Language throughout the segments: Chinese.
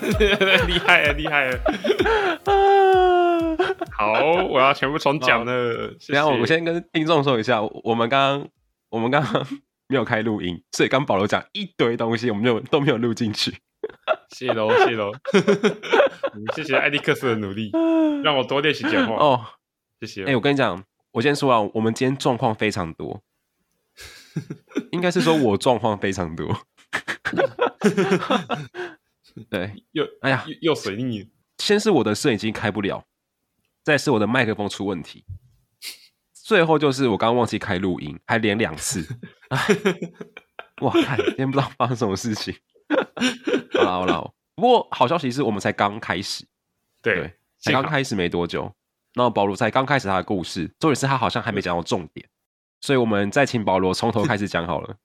厉害了，厉害了！啊好，我要全部重讲了。谢谢然后我先跟听众说一下，我我们刚刚我们刚刚没有开录音，所以刚保罗讲一堆东西，我们就都没有录进去。谢喽，谢喽，嗯 谢谢艾利克斯的努力，让我多练习讲话。哦，哦，谢谢。哎、我跟你讲，我先说啊，我们今天状况非常多，应该是说我状况非常多。对，又哎呀，又又水逆，先是我的摄影机开不了，再是我的麦克风出问题，最后就是我刚刚忘记开录音，还连两次。 哎，哇，看今天不知道发生什么事情。 好啦好啦，不过好消息是我们才刚开始，对对，才刚幸好开始没多久。然后保罗才刚开始他的故事，重点是他好像还没讲到重点，所以我们再请保罗从头开始讲好了。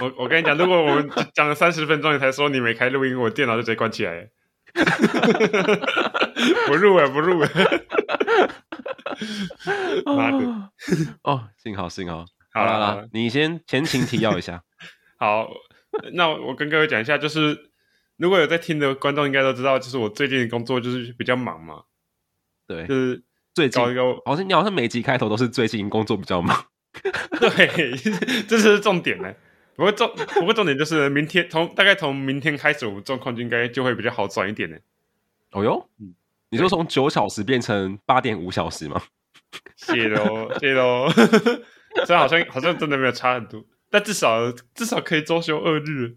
我我跟你讲，如果我们讲了三十分钟，你才说你没开录音，我电脑就直接关起来了。 不录了，不啊录了。妈的！ 哦，幸好幸 好，好啦啦啦好啦你先前情提要一下。好，那我跟各位讲一下，就是如果有在听的观众应该都知道，就是我最近的工作就是比较忙嘛， 对就，是最近搞一个好像你好像每集开头都是最近工作比较忙。 对，这是重点呢。不过重不过重点就是明天从大概从明天开始，我们状况就应该就会比较好转一点呢。哦哟，你说从九小时变成八点五小时吗？谢喽，谢喽。虽然好像好像真的没有差很多，但至少至少可以周休二日。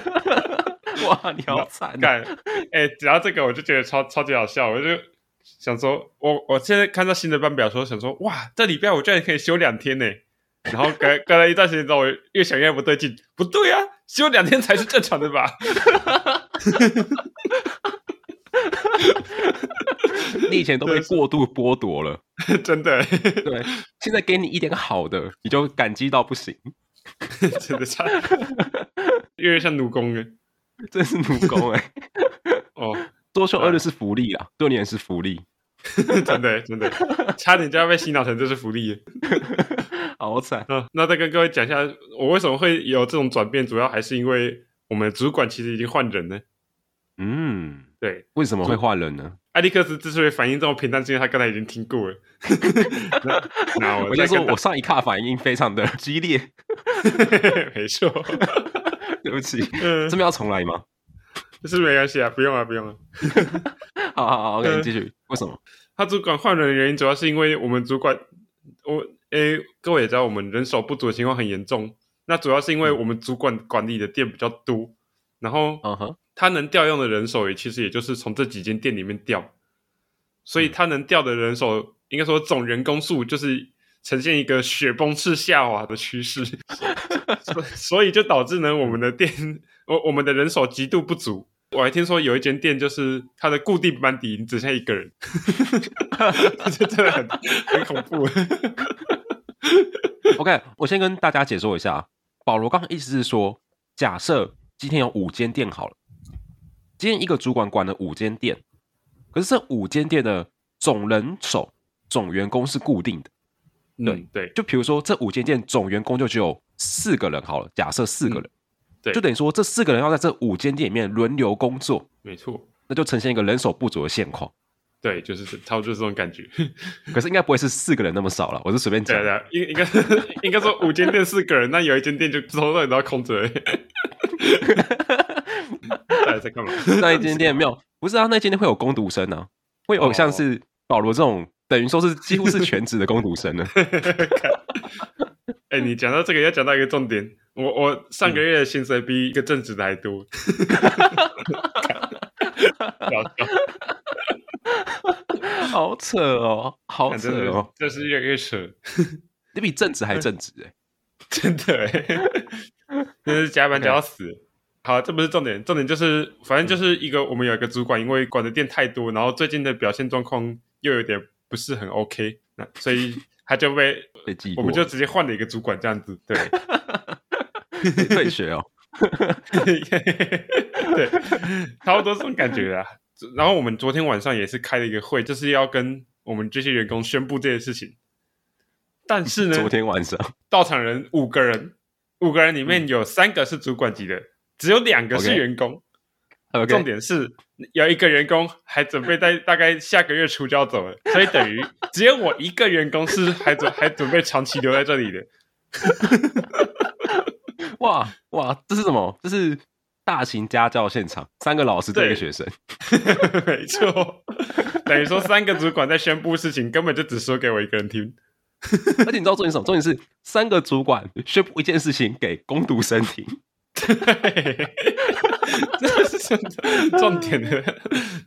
哇，你好惨啊！干，哎、讲到这个我就觉得超超级好笑，我就想说，我我现在看到新的班表说，想说哇，这礼拜我居然可以休两天呢。然后隔隔了一段时间之后，我越想越不对劲，不对啊，休两天才是正常的吧？ 你以前都被过度剥夺了，真的，对，现在给你一点好的，你就感激到不行， 真的差，越来越像奴工了。真是奴工哎、哦， 多休二日是福利啦，对你也是福利，真的欸真的，差点就要被洗脑成这是福利了。 好惨啊，那再跟各位讲一下，我为什么会有这种转变，主要还是因为我们主管其实已经换人了。嗯。对，为什么会换人呢？艾利克斯之所以反应这么平淡，是因为他刚才已经听过了。 那那我我再就跟说，大我上一卡反应非常的 激烈， 没错，对不起，嗯这，边要重来吗？是没关系啊，不用了，不用了。 好好好，OK，嗯你继续。呃为什么？他主管换人的原因，主要是因为我们主管，我诶，各位也知道，我们人手不足的情况很严重。那主要是因为我们主管管理的店比较多，然后嗯哼，他能调用的人手也其实也就是从这几间店里面调，所以他能调的人手，应该说总人工数就是呈现一个雪崩式下滑的趋势，所所以就导致呢我们的店，我我们的人手极度不足。我还听说有一间店，就是它的固定班底只剩下一个人， 这真的很很恐怖。 OK，我先跟大家解说一下，啊保罗刚刚意思是说，假设今天有五间店好了，今天一个主管管了五间店，可是这五间店的总人手、总员工是固定的。嗯，对就比如说这五间店总员工就只有四个人好了，假设四个人，嗯对就等于说这四个人要在这五间店里面轮流工作，没错，那就呈现一个人手不足的现况。对，就是这差不多就是这种感觉。可是应该不会是四个人那么少了，我是随便讲对的。对，应应该 应该说五间店四个人，那有一间店就从头到尾都要空 着而已。到底在干嘛？ 那一间店没有，不是啊，那间店会有工读生啊，会有像是保罗这种，等于说是几乎是 全职的工读生呢。 哎、你讲到这个要讲到一个重点，我我上个月的薪水比一个正职的还多，嗯 搞笑，好扯哦，好看 扯真的哦，这是越来越扯，你比正职还正职哎、 真的、欸， 真是加班加到死。好，这不是重点，重点就是，反正就是一个嗯我们有一个主管，因为管的店太多，然后最近的表现状况又有点不是很 OK，那所以他就 被被记过，我们就直接换了一个主管这样子，对， 退学 哦。对，差不多这种感觉啦。然后我们昨天晚上也是开了一个会，就是要跟我们这些员工宣布这件事情。但是呢昨，天晚 上到场人五个人，五个人里面有三个是主管级的，只有两个是嗯 OK 员工。 OK 重点是有一个员工还准备在大概下个月初就要走了，所以等于只有我一个员工是还准还准备长期留在这里的。 哇哇，这是什么？这是大型家教现场，三个老师对一个对学生。没错，等于说三个主管在宣布事情，根本就只说给我一个人听。 而且你知道重点是什么？重点是三个主管宣布一件事情给攻读生听， 对，这是真的重点的，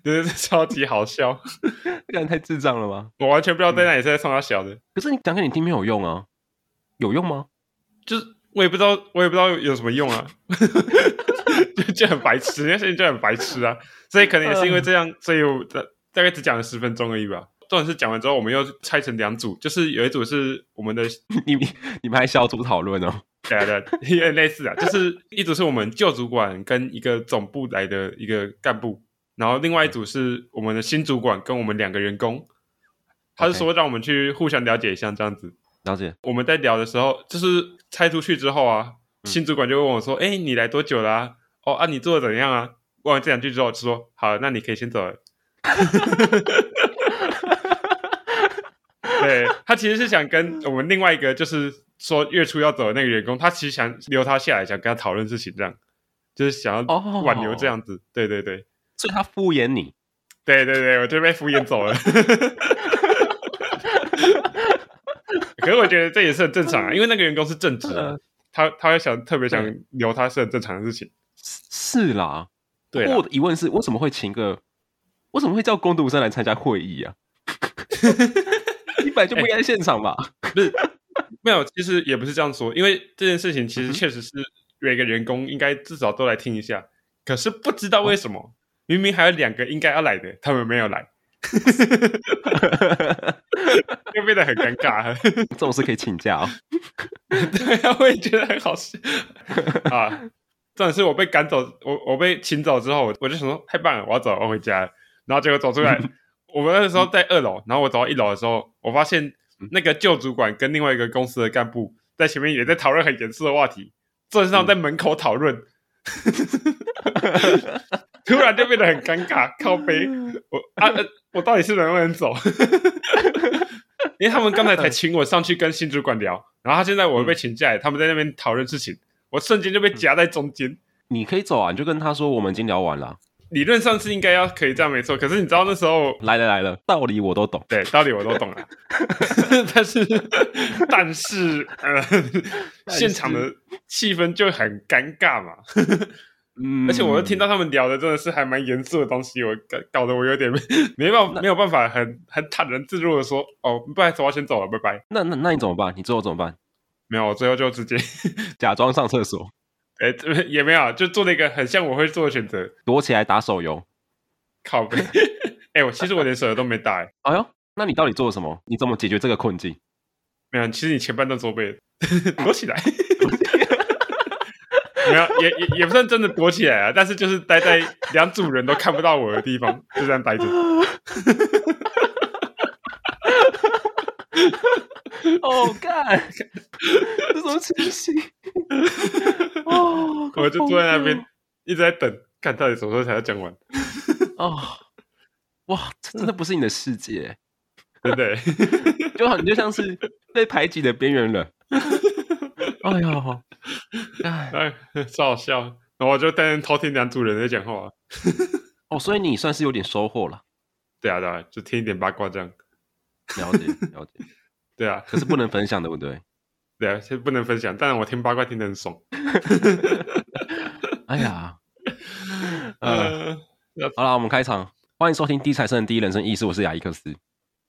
真的是超级好笑。这个人太智障了吗？我完全不知道在那里是在冲他小的，可是你讲给你听没有用啊，有用吗？ 就是我也不知道，我也不知道有什么用啊， 就就很白痴，那事情就很白痴啊。所以可能也是因为这样，所以我大大概只讲了十分钟而已吧。重点是讲完之后，我们又拆成两组，就是有一组是我们的 你你你们还小组讨论哦？对啊，对啊，有点 类似啊，就是一组是我们旧主管跟一个总部来的一个干部，然后另外一组是我们的新主管跟我们两个员工。他是说让我们去互相了解一下这样子。了解，我们在聊的时候，就是拆出去之后啊，嗯新主管就问我说：“哎、你来多久啦、哦啊，你做的怎样啊？”问完这两句之后，就说：“好，那你可以先走了。” 对他其实是想跟我们另外一个就是说月初要走的那个员工，他其实想留他下来，想跟他讨论事情，这样就是想要哦挽留这样子。对对对所以他敷衍你，对对对，我就被敷衍走了。 可是我觉得这也是很正常啊，因为那个员工是正职啊、呃他他会想特别想对留他是很正常的事情。是啦。对不啦过我的疑问是，为什么会请个，为什么会叫攻读生来参加会议啊？你本来就不应该在现场吧？不是没有，其实也不是这样说，因为这件事情其嗯实哼确实是每个员工应该至少都来听一下，可是不知道为什么，明明还有两个应该要来的，他们没有 来，就变得很尴尬。这种事可以请假哦。对啊， 我也觉得很好笑啊。重点是我被赶走，我我被请走之后，我我就想说太棒了，我要走，我要回家了。然后结果走出来，我们那时候在二楼，然后我走到一楼的时候，我发现那个旧主管跟另外一个公司的干部在前面也在讨论很严肃的话题，正上在门口讨论， 突然就变得很尴尬，靠背，我啊，呃我到底是能不能走？因为他们刚才才请我上去跟新主管聊，然后他现在我被请进来，他们在那边讨论事情，我瞬间就被夹在中间。你可以走啊，你就跟他说我们已经聊完了，理论上是应该要可以这样没错，可是你知道那时候来了来了，道理我都懂。对道理我都懂了，但是呃但是呃，是现场的气氛就很尴尬嘛，嗯而且我又听到他们聊的真的是还蛮严肃的东西，我搞搞得我有点没办法没有办法很很坦然自若的说哦，不好意思，我要先走了，拜拜。那那那你怎么办？你最后怎么办？没有，我最后就直接假装上厕所，哎、这也没有啊，就做了一个很像我会做的选择，躲起来打手游。靠背。 哎、我其实我连手都没打、哎，哎呦，那你到底做了什么？你怎么解决这个 困境？没有，其实你前半段做背了，躲起来。没有，也也也不算真的躲起来啊，但是就是待在两组人都看不到我的地方，就这样待着。哦，干， 这种 情形？哦，我就坐在那边一直在等，看到底什么时候才要讲完，哦，哇，这真的不是你的世界，对不对？就好，你就像是被排挤的边缘人。哎呦，哎， 哎，超好笑。然后我就在那偷听两组人在讲话、哦，所以你算是有点收获了，对啊，对啊，就听一点八卦这样。了解了解，对啊，可是不能分享，对不对？对啊，现不能分享，但是我听八卦听得很爽。哎呀，呃， 呃，好了，我们开场，欢迎收听《低材生的第一人生意识》，我是亚伊克斯。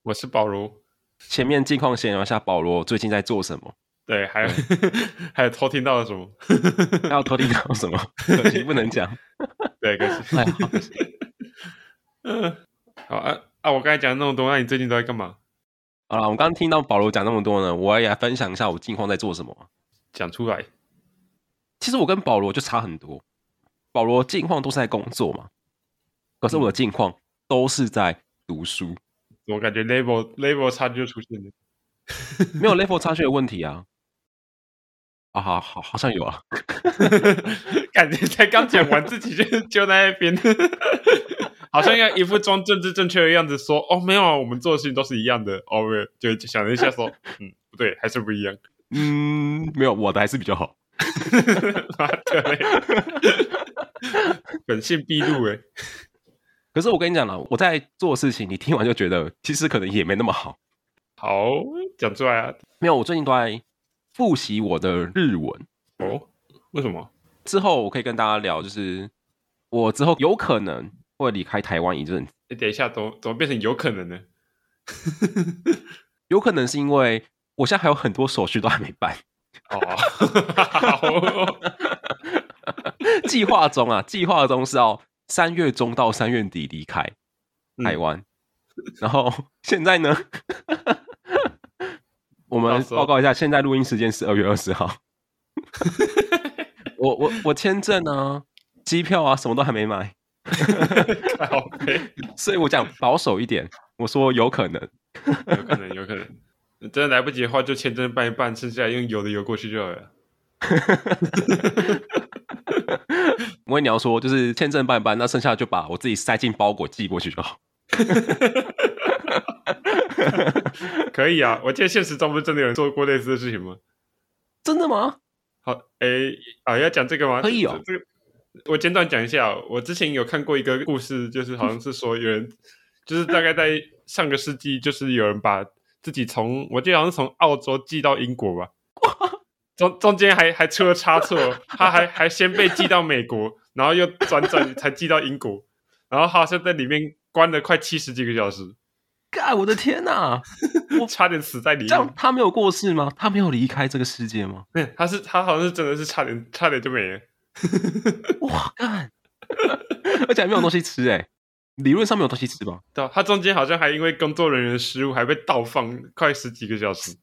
我是保罗。前面近况闲聊一下，保罗最近在做什么？对，还有 还有偷听到了什么？ 要偷听到什么？可惜不能讲。对，可是，哎呀，好可惜嗯，好啊啊！我刚才讲那么多，那你最近都在干嘛？好了，我刚刚听到保罗讲那么多呢，我也来分享一下我近况在做什么。讲出来。其实我跟保罗就差很多，保罗近况都是在工作嘛，可是我的近况都是在读书，我感觉 level level 差距就出现了。没有 level 差距的问题啊。啊，好好好像有啊， 感觉才刚讲完，自己就就在那边， 好像要一副装政治正确的样子说：“哦，没有啊，我们做的事情都是一样的。”哦，没有，就想了一下说：“嗯，不对，还是不一样。 嗯，没有，我的还是比较好。”妈的嘞， 本性毕露哎，可是我跟你讲了，我在做事情，你听完就觉得其实可能也没那么好。好，讲出来啊！没有，我最近都在复习我的日文，哦，为什么？之后我可以跟大家聊，就是我之后有可能会离开台湾一阵子，哎，等一下，怎么怎么变成有可能呢？有可能是因为我现在还有很多手续都还没办，哦， 好， 计划中啊，计划中是要三月中到三月底离开嗯台湾，然后现在呢， 我们到时候报告一下，现在录音时间是二月二十 号，我我我签证啊、机票啊什么都还没买，好悲。所以我讲保守一点，我说有可能。有可能，有可能。真的来不及的话，就签证办一办，剩下用邮的邮过去就好了。我跟你要说，就是签证办一办，那剩下就把我自己塞进包裹寄过去就好。可以啊，我记得现实中不是真的有人做过类似的事情吗？真的吗？好，诶，啊，要讲这个吗？可以哦这个我简短讲一下哦。我之前有看过一个故事，就是好像是说有人，就是大概在上个世纪，就是有人把自己从，我记得好像是从澳洲寄到英国 吧，中中间还还出了差错，他还还先被寄到美国，然后又转转才寄到英国，然后他好像在里面关了快七十几个小时，干，我的天哪、嗯差点死在里这样面。他没有过世吗？他没有离开这个世界吗？ 他是他好像是真的是差点差点就没了。哇，干！ 而且还没有东西吃哎、理论上没有东西吃 吧？对啊、他中间好像还因为工作人员失误，还被倒放快十几个小时。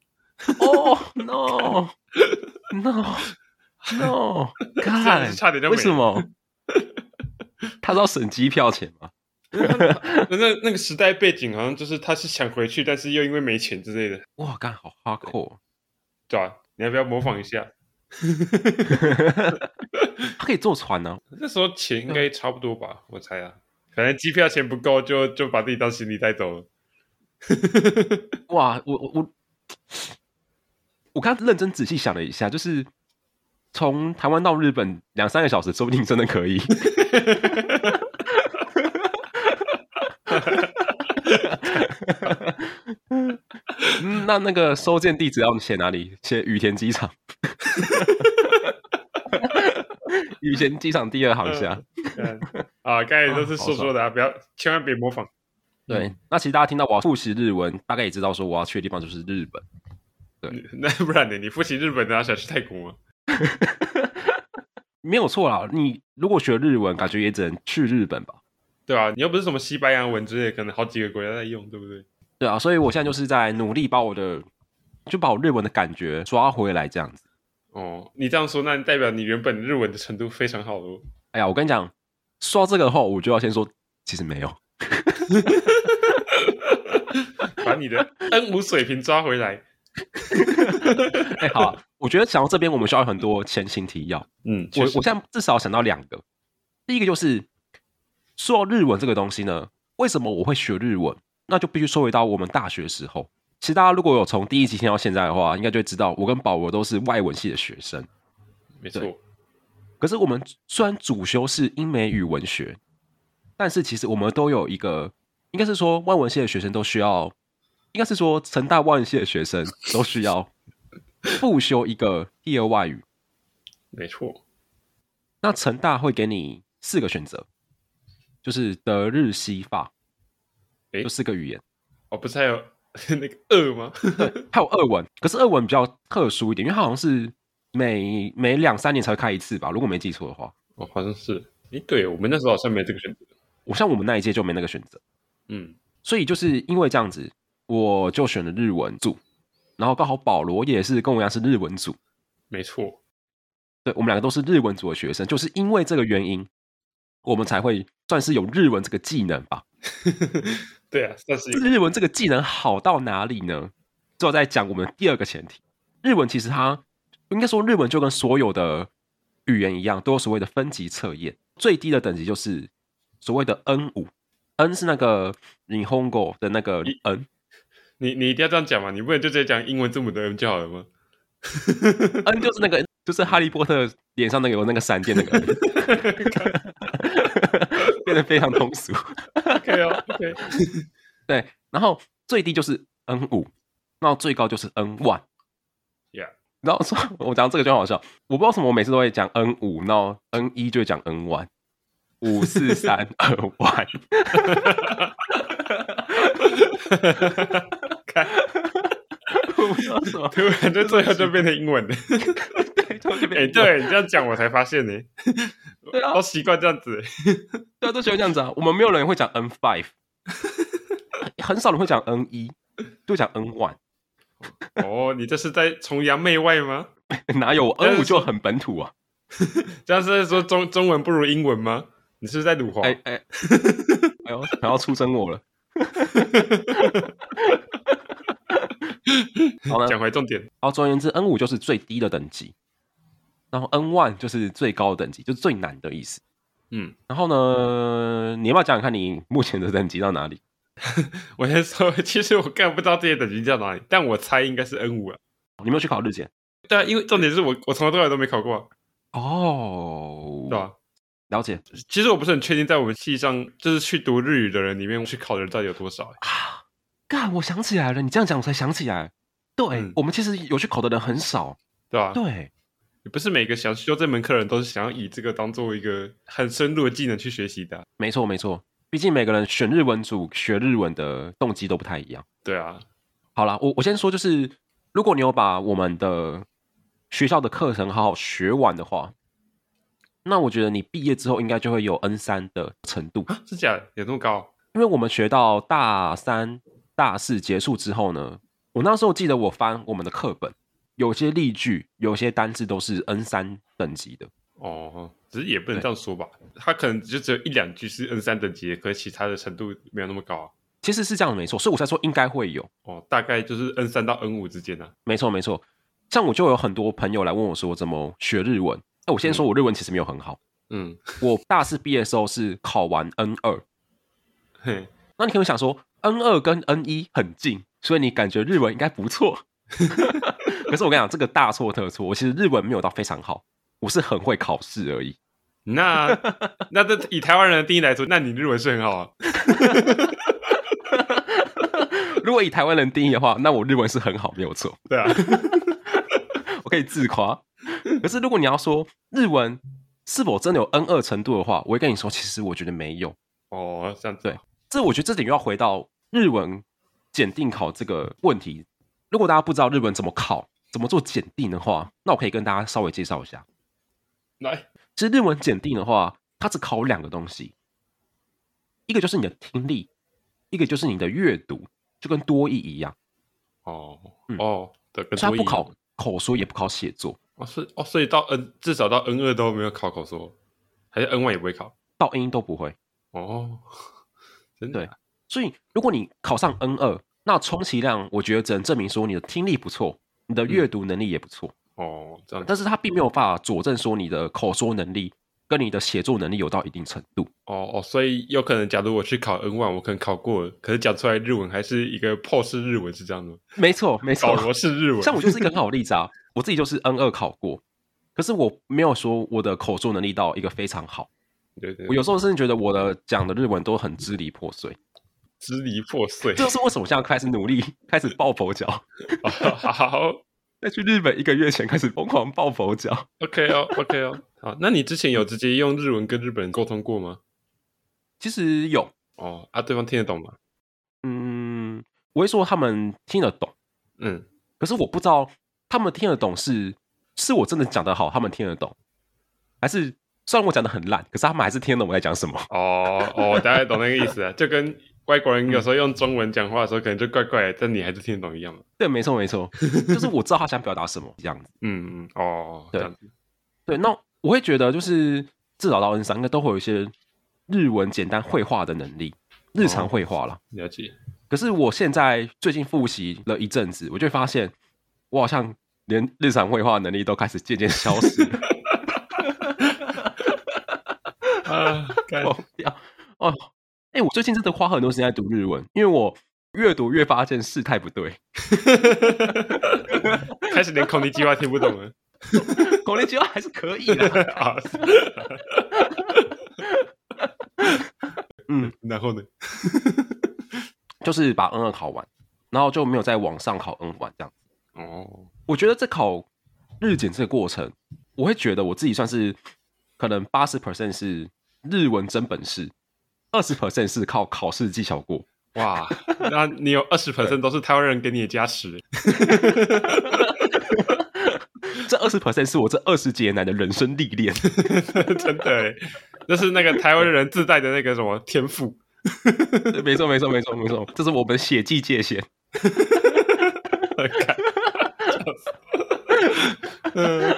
哦、no no no，真的干是，差点就没啊为 什么？他是要省机票钱吗？那那那个时代背景好像就是他是想回去，但是又因为没钱之类的，哇，干，好哦哈扣！对吧、啊你要不要模仿一下？他可以坐船啊呢、那时候钱应该差不多嗯吧，我猜啊。反正机票钱不够，就就把自己当行李带走了。 哇，我我我，我刚认真仔细想了一下，就是从台湾到日本两三个小时，说不定真的可以。嗯，那那个收件地址要写哪里？写羽田机场。羽田机场第二航厦。嗯啊，刚才都是说说的、啊，不要，千万别模仿。对，那其实大家听到我要复习日文，大概也知道说我要去的地方就是日本。那 不然呢？你复习日本的、啊，想去泰国吗？没有错啦，你如果学日文，感觉也只能去日本吧？对吧、你又不是什么西班牙文之类的，可能好几个国家在用，对不对？对啊，所以我现在就是在努力把我的，就把我日文的感觉抓回来，这样子。哦，你这样说，那代表你原本日文的程度非常好喽。哎呀，我跟你讲，说到这个后，我就要先说，其实没有，把你的 N 五水平抓回来。哎，好、啊，我觉得想到这边，我们需要有很多前情提要。 嗯，我确实我现在至少想到两个，第一个就是说到日文这个东西呢，为什么我会学日文？那就必须说回到我们大学时候。其实大家如果有从第一集听到现在的话，应该就会知道，我跟宝博都是外文系的学生。没错。可是我们虽然主修是英美语文学，但是其实我们都有一个，应该是说外文系的学生都需要，应该是说成大外文系的学生都需要复修一个第二外语。没错，那成大会给你四个选择，就是德日西法，诶有四个语言，哦，不是还有 那个二吗？还有俄文。可是俄文比较特殊一点，因为它好像是每每两三年才会开一次吧，如果没记错的话。哦，好像是。诶，对我们那时候好像没这个选择。我像我们那一届就没那个选择。嗯，所以就是因为这样子，我就选了日文组，然后刚好保罗也是跟我一样是日文组，没错。对我们两个都是日文组的学生，就是因为这个原因，我们才会算是有日文这个技能吧。对啊，算是一个日文这个技能好到哪里呢？就在讲我们第二个前提，日文其实它应该说日文就跟所有的语言一样，都有所谓的分级测验，最低的等级就是所谓的 N 五，N 是那个你 h o n g o 的那个 N，你你一定要这样讲嘛？你不能就直接讲英文字母的 N 就好了吗？ N 就是那个，就是哈利波特脸上那个有那个闪电那个 N，变得非常通俗。 OK 哦，OK，对，然后最低就是 N 五，然后最高就是 N one。 Yeah 然后说，我讲这个就很好笑，我不知道为什么，我每次都会讲 N 五，然后 N 一就会讲 N one，五四三二 one。看 我不知道为什么， 突然就最后就变成英 文了。对，就就哎、变对你这样讲，我才发现呢、对啊好习惯这样子、对啊，都喜欢这样子啊。我们没有人会讲 N five，很少人会讲 N 一，就讲 N one。 哦，你这是在崇洋媚外吗？哪有但 N 是五就很本土啊？这样是在说中中文不如英文吗？你是不是在辱华？哎 哎，哎呦，想要出征我了。好了，讲回重点，好，总而言之，N 五就是最低的等级，然后 N one 就是最高的等级，就是最难的意思。嗯，然后呢，你要不要讲讲看你目前的等级到哪里？我先说，其实我根本不知道这些等级叫哪里，但我猜应该是 N 五啊。你有没有去考日检？对啊，因为重点是我我从头到尾都没考过啊，哦嗯对，吧？了解其实我不是很确定，在我们系上就是去读日语的人里面，去考的人到底有多少、欸？啊。干，我想起来了，你这样讲我才想起来。对、嗯啊我们其实有去考的人很少。对吧？对，不是每个想修这门课的人都是想要以这个当做一个很深入的技能去学习的啊、没错没错，毕竟每个人选日文组学日文的动机都不太一样。对啊，好啦，我我先说，就是如果你有把我们的学校的课程好好学完的话，那我觉得你毕业之后应该就会有 N 三的程度，啊是假的，有那么高？因为我们学到大三、大四结束之后呢，我那时候记得我翻我们的课本，有些例句、有些单字都是 N 三等级的。哦，只是也不能这样说吧，他可能就只有一两句是 N 三等级的，可是其他的程度没有那么高啊、其实是这样的，没错，所以我才说应该会有。哦，大概就是 N 三到 N 五之间啊。没错没错，像我就有很多朋友来问我说怎么学日文。哎，我先说我日文其实没有很好，嗯，我大四毕业的时候是考完 N 二，嘿，那你可能想说 N 二跟 N 一很近，所以你感觉日文应该不错。 可是我跟你讲，这个大错特错，我其实日文没有到非常好，我是很会考试而已。 那那这以台湾人的定义来说，那你日文是很好啊。如果以台湾人定义的话，那我日文是很好，没有错。 对啊，我可以自夸。可是如果你要说日文是否真的有 N 二程度的话，我会跟你说，其实我觉得没有。哦，这样子对，这我觉得这点又要回到日文检定考这个问题。如果大家不知道日文怎么考、怎么做检定的话，那我可以跟大家稍微介绍一下。来，其实日文检定的话，它只考两个东西，一个就是你的听力，一个就是你的阅读，就跟多义一样，哦、嗯哦，对，跟所以多它不一考口说，也不考写作。哦，是哦，所以到 N 至少到 N 二都没有考口说，还是 N 1也不会考爆音都不会。哦，真的啊对所以如果你考上 N 二，那充其量我觉得只能证明说你的听力不错，你嗯的阅读能力也不错，哦，这样子但是它并没有办法佐证说你的口说能力跟你的写作能力有到一定程度。哦哦，所以有可能，假如我去考 N 1我可能考过了，可是讲出来日文还是一个破式日文，是这样的吗？没错，没错保。罗式日文，像我就是一个很好的例子啊，我自己就是 N 二考过，可是我没有说我的口说能力到一个非常好，对对我有时候甚至觉得我的讲的日文都很支离破碎。支离破碎这。就是为什么我现在开始努力，开始抱佛脚。 好在去日本一个月前开始疯狂抱佛脚。 ，OK 哦，OK 哦， 好，那你之前有直接用日文跟日本人沟通过吗？其实有，哦啊，对方听得懂吗？嗯，我会说他们听得懂，嗯，可是我不知道他们听得懂是是我真的讲得好，他们听得懂，还是虽然我讲的很烂，可是他们还是听得懂我在讲什么。 哦哦，大概懂那个意思啊，就跟外国人有时候用中文讲话的时候，可能就怪怪的，但你还是听得懂一样嘛。对，没错没错，就是我知道他想表达什么这样子。嗯嗯，哦，这对样子，对，那我会觉得就是至少到 N 三应该都会有一些日文简单绘画的能力，日常绘画啦。了解。可是我现在最近复习了一阵子，我就发现我好像连日常绘画能力都开始渐渐消失了，啊，干疯掉。哦，哎、我最近真的花很多时间在读日文，因为我越读越发现事态不对。 开始连孔尼计划听不懂 了国内计划还是可以 的，啊！嗯，然后呢？就是把 N 二考完，然后就没有再往上考 N 完这样。哦，我觉得这考日检这个过程，我会觉得我自己算是可能八十 percent 是日文真本事，二十 percent 是靠考试技巧过。哇，那你有二十 percent 都是台湾人给你的加持，这二十 percent 是我这二十节来的人生历练。 真的欸，那是那个台湾人自带的那个什么天赋。对 没错，没错，没错，没错，这是我们血迹界限。 干嗯，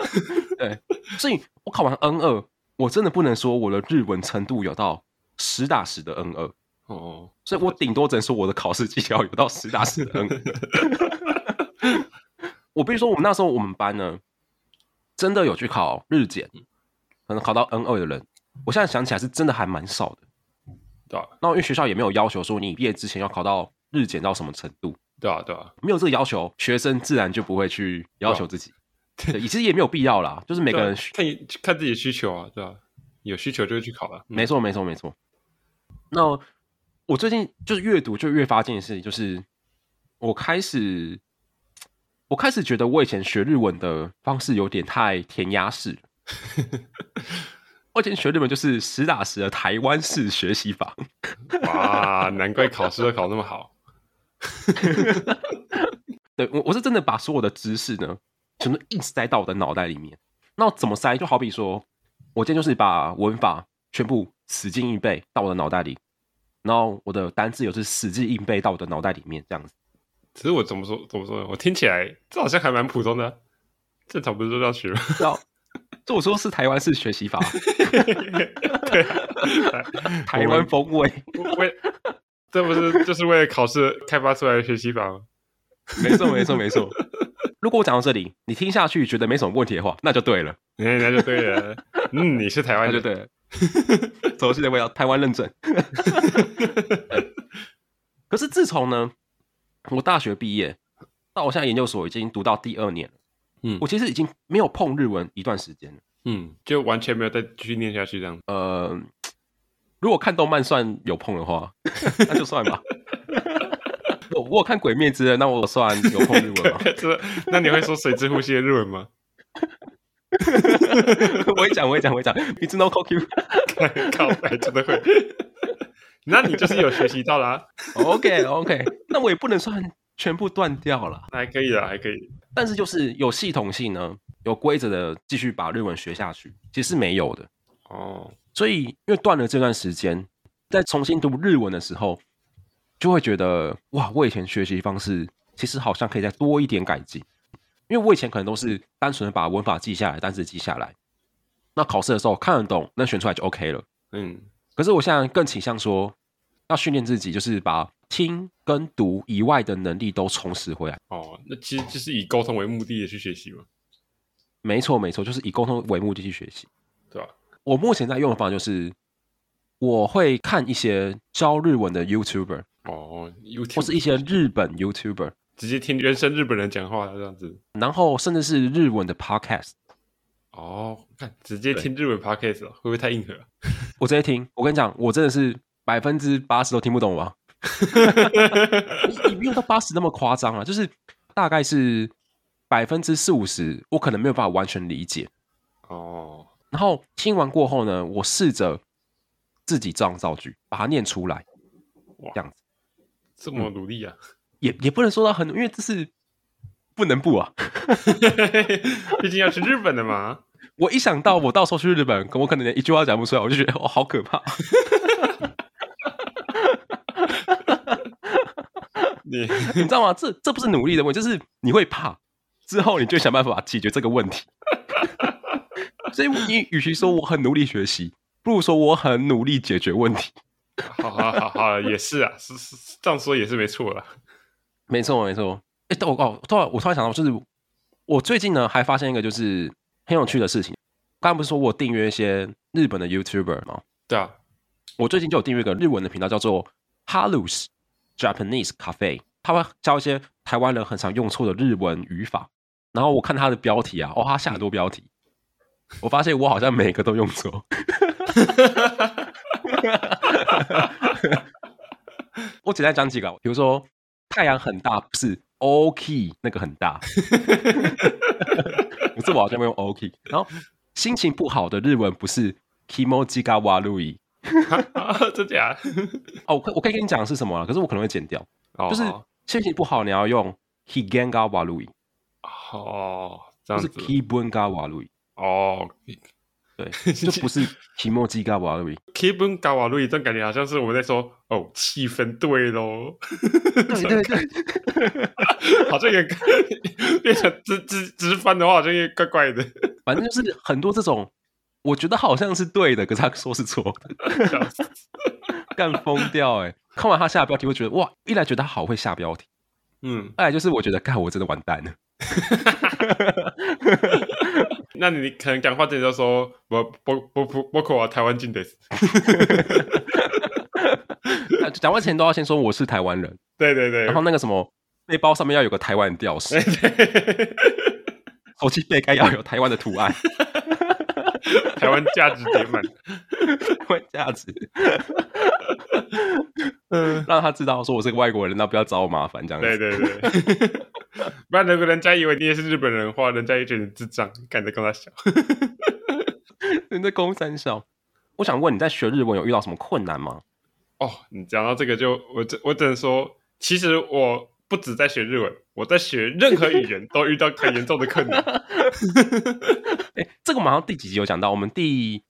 对，所以我考完 N 二，我真的不能说我的日文程度有到实打实的 N 二，哦，所以我顶多只能说我的考试技巧有到实打实的 N 二。 我必须说，我们那时候我们班呢，真的有去考日检，可能考到 N 二的人，我现在想起来是真的还蛮少的。对啊，那因为学校也没有要求说你毕业之前要考到日检到什么程度，对啊，对啊，没有这个要求，学生自然就不会去要求自己。对，其实也没有必要啦，就是每个人对啊看你看自己的需求啊，对啊，有需求就会去考了。嗯没错，没错，没错。那我最近就是越读就越发现一件事情，就是我开始，我开始觉得我以前学日文的方式有点太填鸭式了。我以前学日文就是实打实的台湾式学习法， 哇，难怪考试都考那么好。对我我是真的把所有的知识呢，全部硬塞到我的脑袋里面。那我怎么塞？就好比说，我今天就是把文法全部死记硬背到我的脑袋里，然后我的单字也是死记硬背到我的脑袋里面，这样子。只是我怎么说怎么说呢？我听起来这好像还蛮普通的啊、正常不是都这样学吗？ 然后，这我说是台湾式学习法，对啊，台湾风味，我为这不是就是为了考试开发出来的学习法吗？没错，没错，没错。如果我讲到这里，你听下去觉得没什么问题的话，那就对了，哎，那就对了。 嗯，你是台湾那就人，对了。 熟悉的味道，台湾认证。可是自从呢，我大学毕业到我现在研究所已经读到第二年了，嗯我其实已经没有碰日文一段时间了。嗯，就完全没有再继续念下去这样。呃，如果看动漫算有碰的话，那就算吧。 我我有看《鬼灭之刃》，那我算有碰日 文吗？这那你会说水之呼吸的日文吗？我会讲，我会讲，我会讲。你知道 QQ 靠北，真的 会。那你就是有学习到啦、 OK OK，那我也不能算全部断掉了，那还可以啦，还可以。但是就是有系统性呢，有规则的继续把日文学下去，其实是没有的。哦，所以因为断了这段时间，在重新读日文的时候，就会觉得哇，我以前学习方式其实好像可以再多一点改进，因为我以前可能都是单纯的把文法记下来，单词记下来，那考试的时候看得懂，能选出来就 OK 了。嗯，可是我现在更倾向说，要训练自己，就是把听跟读以外的能力都重拾回来。哦，那其实就是以沟通为目的的去学习嘛，没错，没错，就是以沟通为目的去学习。对吧、我目前在用的方法就是，我会看一些教日文的 YouTuber，哦或，YouTube 是一些日本 YouTuber，直接听原生日本人讲话这样子。然后甚至是日文的 Podcast。哦，看直接听日文 podcast 哦会不会太硬核啊？我直接听，我跟你讲，我真的是百分之八十都听不懂吧？啊 你没有到八十那么夸张啊，就是大概是百分之四五十，我可能没有办法完全理解。哦，然后听完过后呢，我试着自己照样造句，把它念出来，哇这样子这么努力啊！也也不能说到很，因为这是不能不啊。嗯 毕竟要去日本的 嘛。我一想到我到时候去日本，我可能连一句话讲不出来，我就觉得哦，好 可怕。你你知道吗？这这不是努力的问题，就是你会怕，之后你就想办法解决这个问 题。所以你与其说我很努力学习，不如说我很努力解决问题。 好好好好，也是啊，是是是这样说也是没错啦。没错，没错。哎，但我哦，突然我突然想到，就是我最近呢还发现一个就是很有趣的事情，刚刚不是说我订阅一些日本的 YouTuber 吗？对啊，我最近就有订阅一个日文的频道，叫做 Halus Japanese Cafe，他会教一些台湾人很常用错的日文语法。然后我看他的标题啊，哦，他下很多标题，我发现我好像每个都用错。我简单讲几个，比如说太阳很大，不是 OK 那个很大，可是我好像会用 OK。然后心情不好的日文不是 kimoji ga warui，啊 真假？哦，我可我可以跟你讲是什么啊，可是我可能会剪掉。哦就是心情不好，你要用 higenga warui，哦，这不样是子 kibunga warui，哦。对， 就不是 kimoji ga warui。 Keep on 嘎瓦路一段感觉好像是我们在说哦，气氛对喽， 对对对， 好像也变成直直直翻的话，好像也怪怪的。反正就是很多这种，我觉得好像是对的，可是他说是错的， 笑死干疯掉哎、看完他下的标题，会觉得哇，一来觉得他好会下标题，嗯，二来就是我觉得干我真的完蛋了。 那你可能讲话之前就说我不不不不可啊，台湾进的，那讲话前都要先说我是台湾人，对对对然，后那个什么背包上面要有个台湾的吊饰， 手机背盖要有台湾的图案， 台湾价值点满。台湾价值。 嗯， 让他知道说我是个外国人，那不要找我麻烦这样对子。对对， 不然如果人家以为你也是日本人的话，人家也觉得你智障，干得跟他笑。 你在公三小，我想问你在学日文有遇到什么困难吗？哦，你讲到这个就我只我只能说，其实我不止在学日文，我在学任何语言都遇到很严重的困难。 哎，这个我们好像第几集有讲到，我们第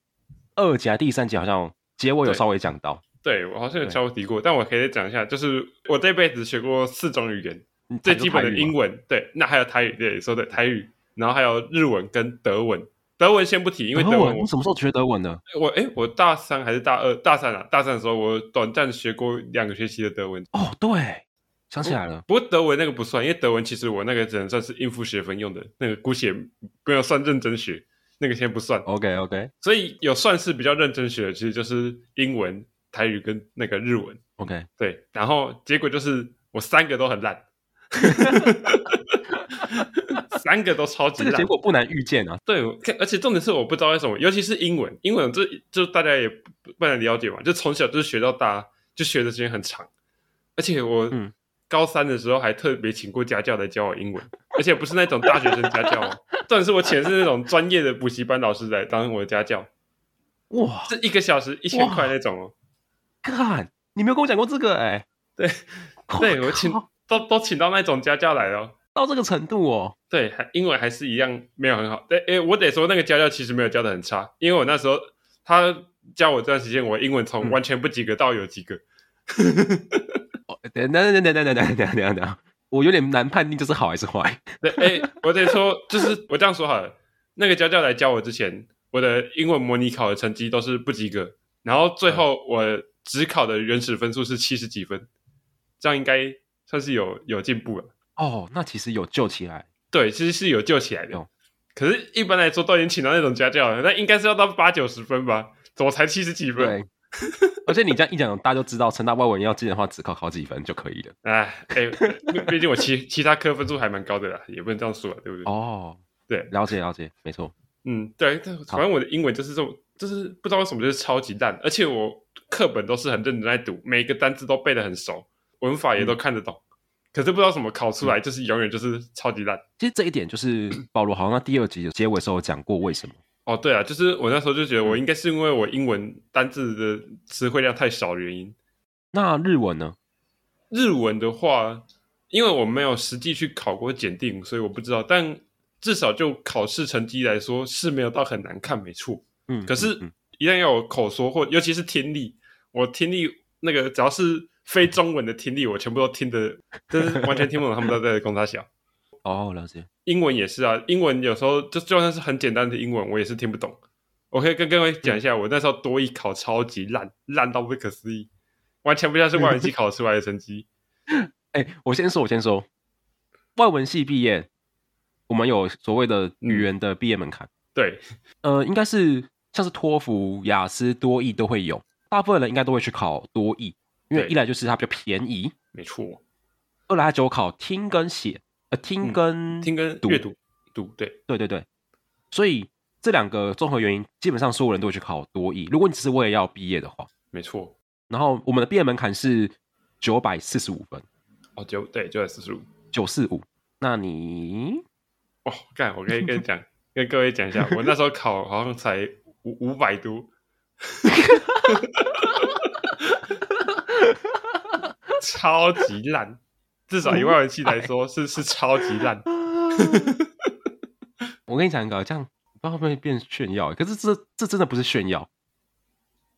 二集还是第三集好像结尾有对稍微讲到。对我好像有对稍微提过，但我可以再讲一下，就是我这辈子学过四种语言，你最基本的英文，文，对，那还有台语，对，你说对台语，然后还有日文跟德文。德文先不提，因为德德文你我什么时候学德文的？我哎、我大三还是大二？大三啊，大三的时候我短暂学过两个学期的德文，哦，对，想起来了，不过德文那个不算，因为德文其实我那个只能算是应付学分用的，那个姑且不要算认真学，那个先不算。 OK OK 所以有算是比较认真学的，其实就是英文、台语跟那个日文。 OK，对，然后结果就是我三个都很烂， 三个都超级这个烂。结果不难预见啊。对，我看而且重点是我不知道为什么，尤其是英文，英文这就大家也不不能了解嘛，就从小就是学到大，就学的时间很长。而且我嗯高三的时候还特别请过家教来教我英文，而且不是那种大学生家教哦，重点是我请的是那种专业的补习班老师来当我的家教，哇，是一个小时一千哇块那种哦。看你没有跟我讲过这个哎、对哇对我请 靠都都请到那种家教来哦。到这个程度哦，对，还英文还是一样没有很好。但诶，我得说那个家教其实没有教的很差，因为我那时候他教我这段时间，我英文从嗯完全不及格到有及格。哦等等等等等等等等等等，我有点难判定这是好还是坏。对，诶，我得说，就是我这样说好了，那个家教来教我之前，我的英文模拟考的成绩都是不及格，然后最后我只考的原始分数是七十几分，这样应该算是有有进步了。哦，那其实有救起来，对，其实是有救起来的有。可是，一般来说都已经请到那种家教了，那应该是要到八九十分吧？怎么才七十几分？对。而且你这样一讲，大家就知道成大外文要进的话，只考考几分就可以了。哎，哎，毕毕竟我其其他科分数还蛮高的啦，也不能这样说啊，对不对？哦，对了解了解，没错。嗯，对，但反正我的英文就是这种，就是不知道为什么就是超级烂，而且我课本都是很认真在读，每个单词都背得很熟，文法也都看得懂，可是不知道怎么考出来，就是永远就是超级烂。其实这一点就是保罗好像在第二集的结尾的时候有讲过为什么。哦，对啊，就是我那时候就觉得我应该是因为我英文单字的词汇量太少的原因，那日文呢？日文的话，因为我没有实际去考过检定，所以我不知道。但至少就考试成绩来说，是没有到很难看，没错。嗯，可是嗯嗯一旦要有口说或尤其是听力，我听力那个只要是非中文的听力，我全部都听得， 就是完全听不懂他们都在跟他小。哦，了解。英文也是啊，英文有时候就就算是很简单的英文，我也是听不懂。我可以跟各位讲一下，我那时候多一考超级烂，烂到不可思议，完全不像是外文系考出来的成绩。哎，我先说，我先说，外文系毕业，我们有所谓嗯的语言的毕业门槛，对，呃，应该是像是托福、雅思、多益都会有，大部分人应该都会去考多益，因为对一来就是它比较便宜，没错，二来它只有考听跟写，呃，听嗯跟、听跟读阅读读对，对对对，所以这两个综合原因，基本上所有人都会去考多益。如果你只是为了要毕业的话，没错，然后我们的毕业门槛是九百四十五分，哦九对九百四十五，九四五。那你哦，干，我可以跟你讲，跟各位讲一下，我那时候考好像才五五百多， 超级烂，至少以外文系来说是是超级烂， 我跟你讲一个，这样不知道会不会变炫耀？欸可是这这真的不是炫耀，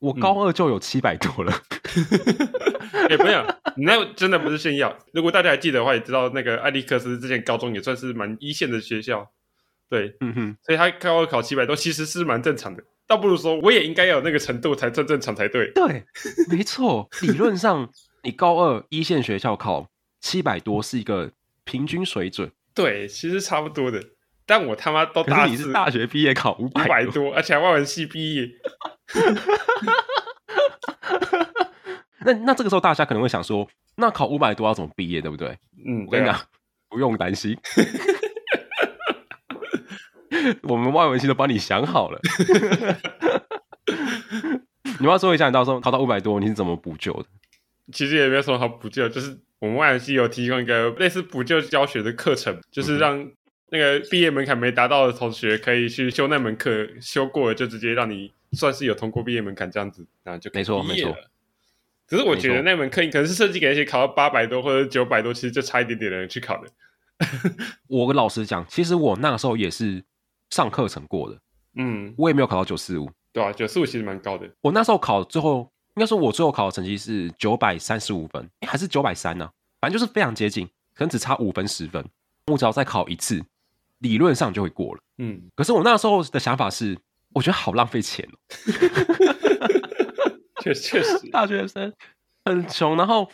我高二就有七百多了。哎、不要，你那真的不是炫耀。如果大家还记得的话，也知道那个艾利克斯之前高中也算是蛮一线的学校，对，嗯哼，所以他高二考七百多其实是蛮正常的，倒不如说我也应该要有那个程度才算正常才对。 对，没错，理论上你高二一线学校考七百多是一个平均水准，对，其实差不多的，但我他妈都可大是你四是大学毕业考五五百百多，多，而且还外文系毕业。那那这个时候大家可能会想说，那考五百多要怎么毕业，对不对？嗯，我跟对你讲，啊， 不用担心，我们外文系都帮你想好了。你要说一下，你到时候考到五百多，你是怎么补救的？其实也没有什么好补救，就是我们外文系有提供一个类似补救教学的课程，嗯就是让那个毕业门槛没达到的同学可以去修那门课，修过了就直接让你算是有通过毕业门槛这样子，然后就可以没错毕业了没错。只是我觉没得错那门课可能是设计给那些考到八百多或者九百多，其实就差一点点的人去考的。我老实讲，其实我那个时候也是上课程过的，嗯，我也没有考到九四五。对啊，九四五其实蛮高的。我那时候考最后，应该说我最后考的成绩是九百三十五分，诶还是九百三呢？反正就是非常接近，可能只差五分十分。我只要再考一次，理论上就会过了。嗯，可是我那时候的想法是，我觉得好浪费钱哦，确确实大学生很穷。然后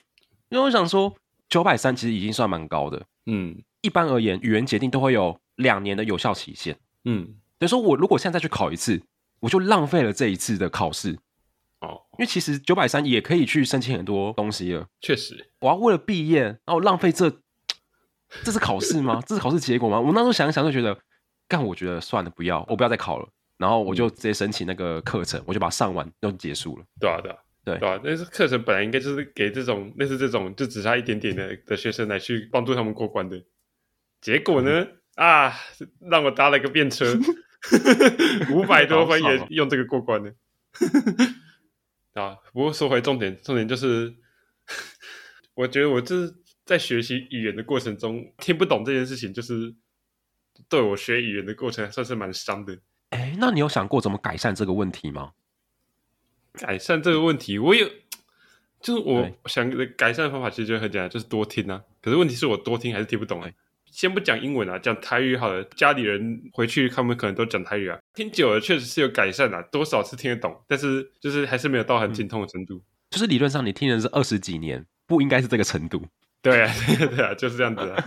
因为我想说，九百三其实已经算蛮高的。嗯一般而言，语言检定都会有两年的有效期限，嗯，等于说我如果现在再去考一次，我就浪费了这一次的考试。哦，因为其实九百三也可以去申请很多东西了。确实，我要为了毕业，然后浪费这，这是考试吗？这是考试结果吗？我那时候想一想就觉得，干，我觉得算了，不要，我不要再考了。然后我就直接申请那个课程，我就把它上完，就结束了。对啊对啊。对对啊，但是课程本来应该就是给这种类似这种就只差一点点的的学生来去帮助他们过关的，结果呢、嗯啊，让我搭了个便车， 五百多分好爽也哦用这个过关的。啊，不过说回重点，重点就是， 我觉得我就是在学习语言的过程中听不懂这件事情，就是对我学语言的过程还算是蛮伤的。哎，那你有想过怎么改善这个问题吗？改善这个问题，我有，就是我对想的改善的方法其实就很简单，就是多听啊。可是问题是我多听还是听不懂啊对。先不讲英文啊，讲台语好了。家里人回去他们可能都讲台语啊，听久了确实是有改善啊，多少是听得懂，但是就是还是没有到很精通的程度。就是理论上你听人是二十几年，不应该是这个程度。对啊， 对啊，对啊，就是这样子啊。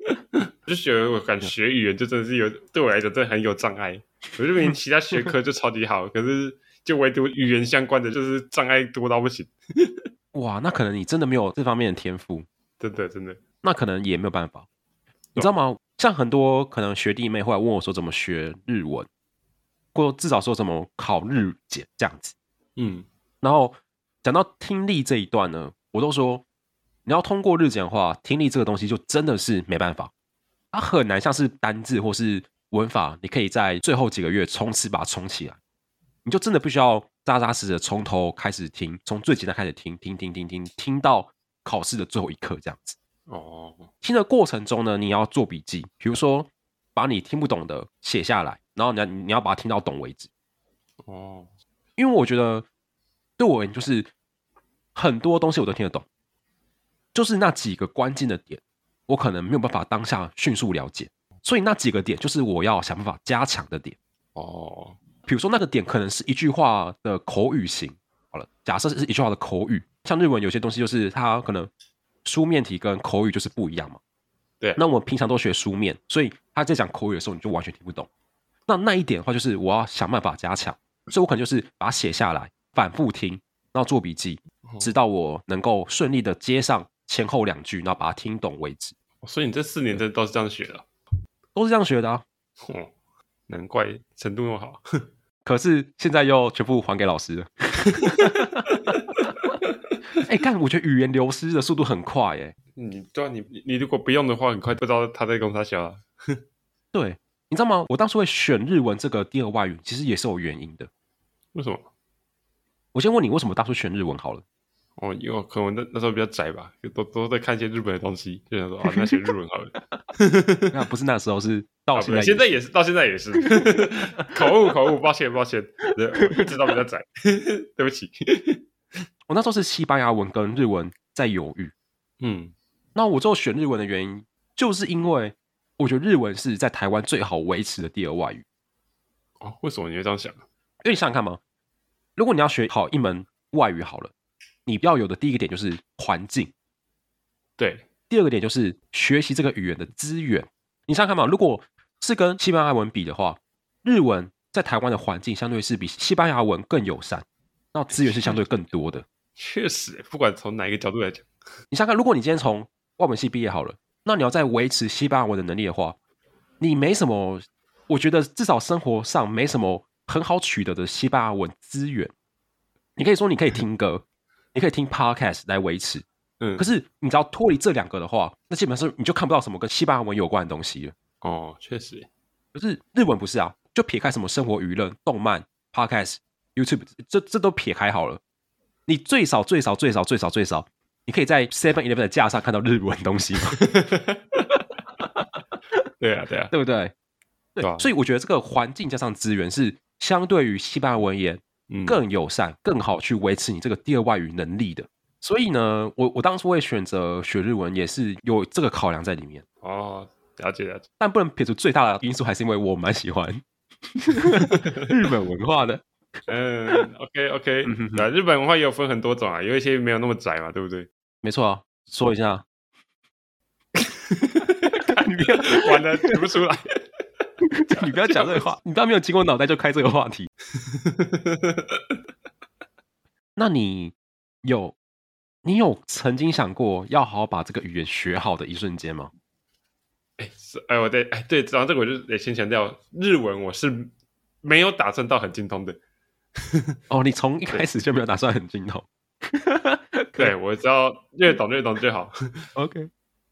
就觉得我感觉学语言就真的是有对我来讲真的很有障碍。我这边其他学科就超级好，可是就唯独语言相关的就是障碍多到不行，哇，那可能你真的没有这方面的天赋，真的真的。那可能也没有办法。你知道吗？像很多可能学弟妹会来问我说怎么学日文，或至少说怎么考日检这样子。嗯，然后讲到听力这一段呢，我都说你要通过日检的话，听力这个东西就真的是没办法，它很难像是单字或是文法，你可以在最后几个月冲刺把它冲起来，你就真的必须要扎扎实实的从头开始听，从最简单开始听，听听听听听到考试的最后一刻这样子。哦，听的过程中呢，你要做笔记，比如说把你听不懂的写下来，然后你要你要把它听到懂为止。哦，因为我觉得对我而言，就是很多东西我都听得懂，就是那几个关键的点，我可能没有办法当下迅速了解，所以那几个点就是我要想办法加强的点。哦，比如说那个点可能是一句话的口语型，好了，假设是一句话的口语，像日文有些东西就是它可能书面题跟口语就是不一样嘛，对那我们平常都学书面，所以他在讲口语的时候，你就完全听不懂。那那一点的话，就是我要想办法加强，所以我可能就是把它写下来，反复听，然后做笔记，直到我能够顺利的接上前后两句，然后把它听懂为止，哦所以你这四年真的都是这样学的啊，都是这样学的啊。哦，难怪程度那么好。可是现在又全部还给老师了。 哎、干！我觉得语言流失的速度很快、耶。你对啊，你你你如果不用的话，很快不知道他在攻啥小了。对，你知道吗？我当初会选日文这个第二外语，其实也是有原因的。为什么？我先问你，为什么当初选日文好了？哦，因为可能那那时候比较宅吧，就都都在看一些日本的东西，就想说啊，那学日文好 了。那不是那时候，是到啊现不在。是现在也是，到现在也是。 口误，口误，抱歉，抱歉，对我知道比较窄， 对不起。我那时候是西班牙文跟日文在犹豫。嗯，那我最后选日文的原因，就是因为我觉得日文是在台湾最好维持的第二外语。哦，为什么你会这样想？因为你想想看嘛，如果你要学好一门外语好了，你要有的第一个点就是环境，对，第二个点就是学习这个语言的资源。你想想看嘛，如果是跟西班牙文比的话，日文在台湾的环境相对是比西班牙文更友善，那资源是相对更多的。确实，不管从哪一个角度来讲，你想想看，如果你今天从外文系毕业好了，那你要再维持西班牙文的能力的话，你没什么，我觉得至少生活上没什么很好取得的西班牙文资源。你可以说你可以听歌，你可以听 podcast 来维持，嗯，可是你只要脱离这两个的话，那基本上你就看不到什么跟西班牙文有关的东西了。哦，确实，可是日文不是啊，就撇开什么生活娱乐、动漫、podcast、YouTube，这这都撇开好了。你最少最少最少最少最少，你可以在 Seven Eleven 的架上看到日文东西嘛， 对啊，对啊，对不对？对，对啊所以我觉得这个环境加上资源是相对于西班牙文言嗯，更友善、更好去维持你这个第二外语能力的。所以呢，我我当初会选择学日文，也是有这个考量在里面。哦，了解了解，但不能撇除最大的因素，还是因为我蛮喜 欢日本文化的。 嗯，OK OK，嗯哼哼对啊，日本文化也有分很多种啊，有一些没有那么窄嘛，对不 对？没错啊，说一下，你不要完了，举不出来。 你不要讲这个话，你不要没有经过脑袋就开这个话题。那你有你有曾经想过要好好把这个语言学好的一瞬间吗？哎，是哎，我对，哎对，讲到这个我就得先强调，日文我是没有打算到很精通的。哦，你从一开始就没有打算很精 通。对我只要越懂越懂就好， OK，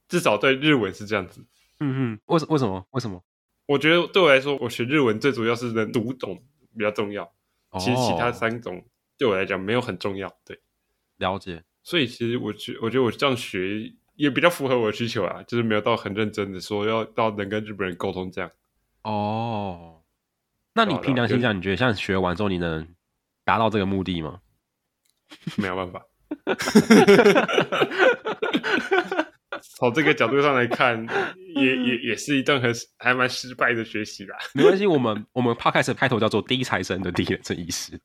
至少对日文是这样子。嗯嗯，为什为什么为什么？我觉得对我来说，我学日文最主要是能读懂比较重要，其实其他哦、三种对我来讲没有很重要。对，了解，所以其实我觉我觉得我这样学也比较符合我的需求啊，就是没有到很认真的说要到能跟日本人沟通这样。哦，那你对啊凭良心啊对讲，你觉得像学完之后，你能达到这个目 的吗？没有办法。从这个角度上来看，也也也是一段很还蛮失败的学习啦。 没关系，我们我们 podcast 的开头叫做“第一财神”的第一人称意识。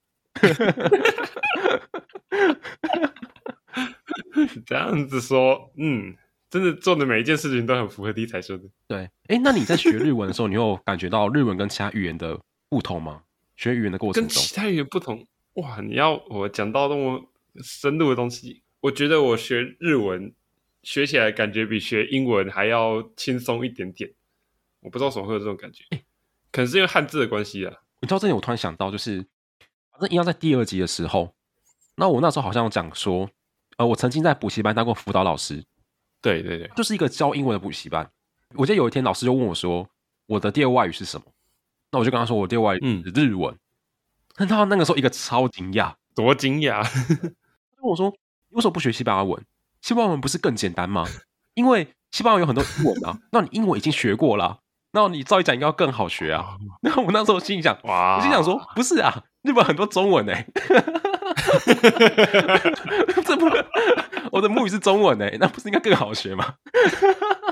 这样子说，嗯，真的做的每一件事情都很符合第一才说的。对，哎，那你在学日文的时候，你有感觉到日文跟其他语言的不同吗？学语言的过程跟中，其他语言不同，哇！你要我讲到那么深入的东西，我觉得我学日文学起来感觉比学英文还要轻松一点点。我不知道为什么会有这种感觉，可能是因为汉字的关系啊。你知道这里我突然想到，就是反正一样在第二集的时候，那我那时候好像有讲说，呃，我曾经在补习班当过辅导老师，对对对，就是一个教英文的补习班。我记得有一天老师就问我说，我的第二外语是什么？那我就跟他说，我第二外语嗯是日文。 那、他那个时候一个超惊讶，多惊 讶！他跟我说：“你为什么不学西班牙文？西班牙文不是更简单吗？ 因为西班牙文有很多英文啊，那你英文已经学过了、那你照理讲应该要更好学啊。” 那我那时候心里想，哇我心想，说：“不是啊，日本很多中文哎、 这不，我的母语是中文哎、那不是应该更好学吗？”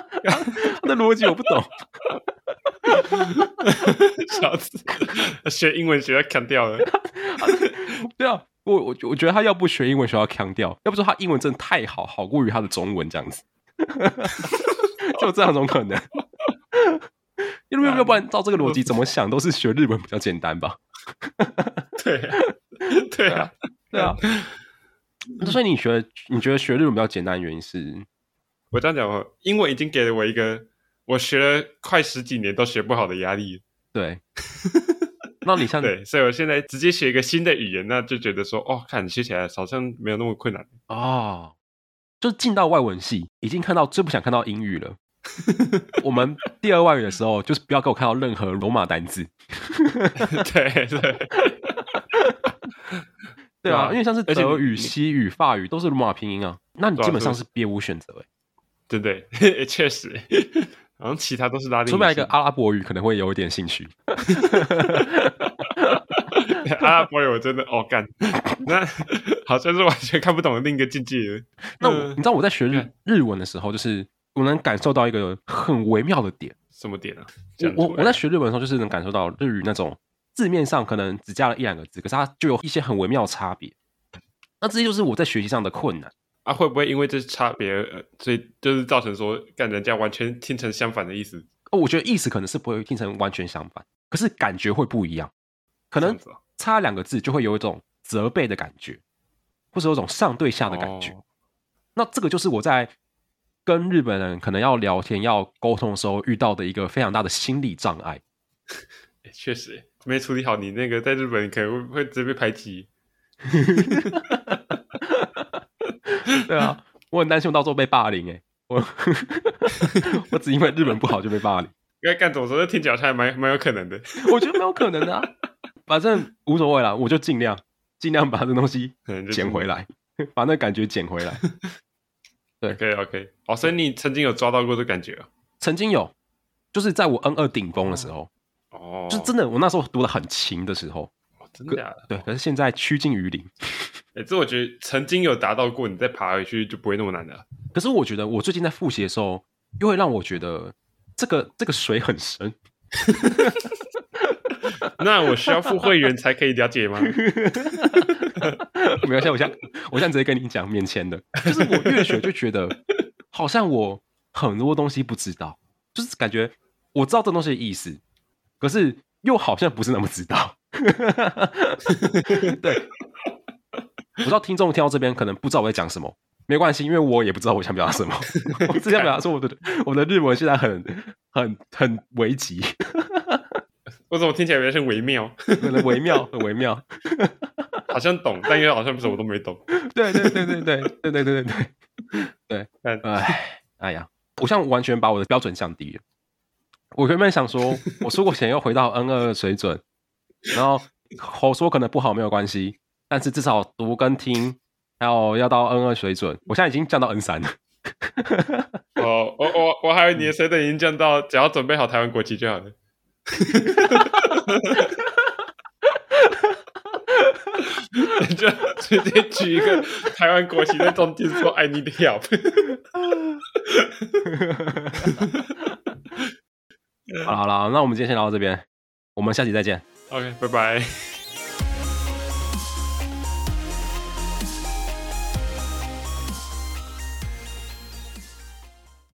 他的逻辑我不懂。小子，学英文学到砍掉了。对啊，我我我觉得他要不学英文学校腔调，要不说他英文真的太好，好过于他的中文这样子。 就这样怎么可能？ 因为要不然照这个逻辑怎么想都是学日文比较简单吧？对啊，对啊，对啊。所以你学你觉得学日文比较简单，原因是我这样讲，我英文已经给了我一个我学了快十几年都学不好的压力。对。那你像对，所以我现在直接学一个新的语言，那就觉得说，哦，看学起来好像没有那么困难。 哦，就是进到外文系，已经看到最不想看到英语了。我们第二外语的时候，就是不要给我看到任何罗马单字。对对，对对啊啊，因为像是而且德你语、西语、法语都是罗马拼音啊，那你对啊基本上是是别无选择、欸对对，也 确实，好像其他都是拉丁语系，除非来一个阿拉伯语可能会有一点兴趣。嗯 阿拉伯语，我真的哦干，那好像是完全看不懂的另一个境界了。那我、你嗯知道我在学日对日文的时候，就是我能感受到一个很微妙的点。什么点啊？讲我我出我来在学日文的时候，就是能感受到日语那种字面上可能只加了一两个字，可是它就有一些很微妙的差别。那这些就是我在学习上的困难。啊，会不会因为这差别，呃所以就是造成说，干人家完全听成相反的意思？哦，我觉得意思可能是不会听成完全相反，可是感觉会不一样，可这能样子啊差两个字就会有一种责备的感觉，或是有一种上对下的感觉。哦那这个就是我在跟日本人可能要聊天、要沟通的时候遇到的一个非常大的心理障碍。诶确实没处理好，你那个在日本可能会会直接被排挤。对啊，我很担心我到时候被霸凌哎、我我只因为日本不好就被霸凌，因为干总说这听起来还蛮蛮有可能的。 我觉得没有可能的、啊，反正无所谓啦，我就尽量尽量把这东西可能就捡回来，把那感觉捡回来。 OK OK，哦，所以你曾经有抓到过这感觉啊曾经有，就是在我 N 二顶峰的时候，哦，就是真的，我那时候读的很勤的时候，哦真的假的？对，可是现在趋近于零。哎、这我觉得曾经有达到过，你再爬回去就不会那么难了。 可是我觉得我最近在复习的时候，又会让我觉得这个这个水很深。那我需要付会员才可以了解吗？没关系，我现在我现在直接跟你讲免签的，就是我越学就觉得好像我很多东西不知道，就是感觉我知道这东西的意思，可是又好像不是那么知道。 对，我知道听众听到这边可能不知道我在讲什么，没关系，因为我也不知道我想表达什么。 我只想表达说我的我的日文现在很很很危急， 我怎么听起来有点微妙， 很微妙，很微妙。好像懂，但又好像什么都没懂。 对对对对对对对对对对。但哎，哎呀，我像完全把我的标准降低了。我原本想说，我出国前要回到 N 二水准，然后口说可能不好没有关系，但是至少读跟听，还有要到 N 二水准。我现在已经降到 N 三了。哦，我我我还以为你的水准已经降到，只要准备好台湾国旗就好了。 就直接举一个台湾国旗在中间说 “I need help”， 好了好了，那我们今天先聊到这边，我们下期再见。 OK，拜拜。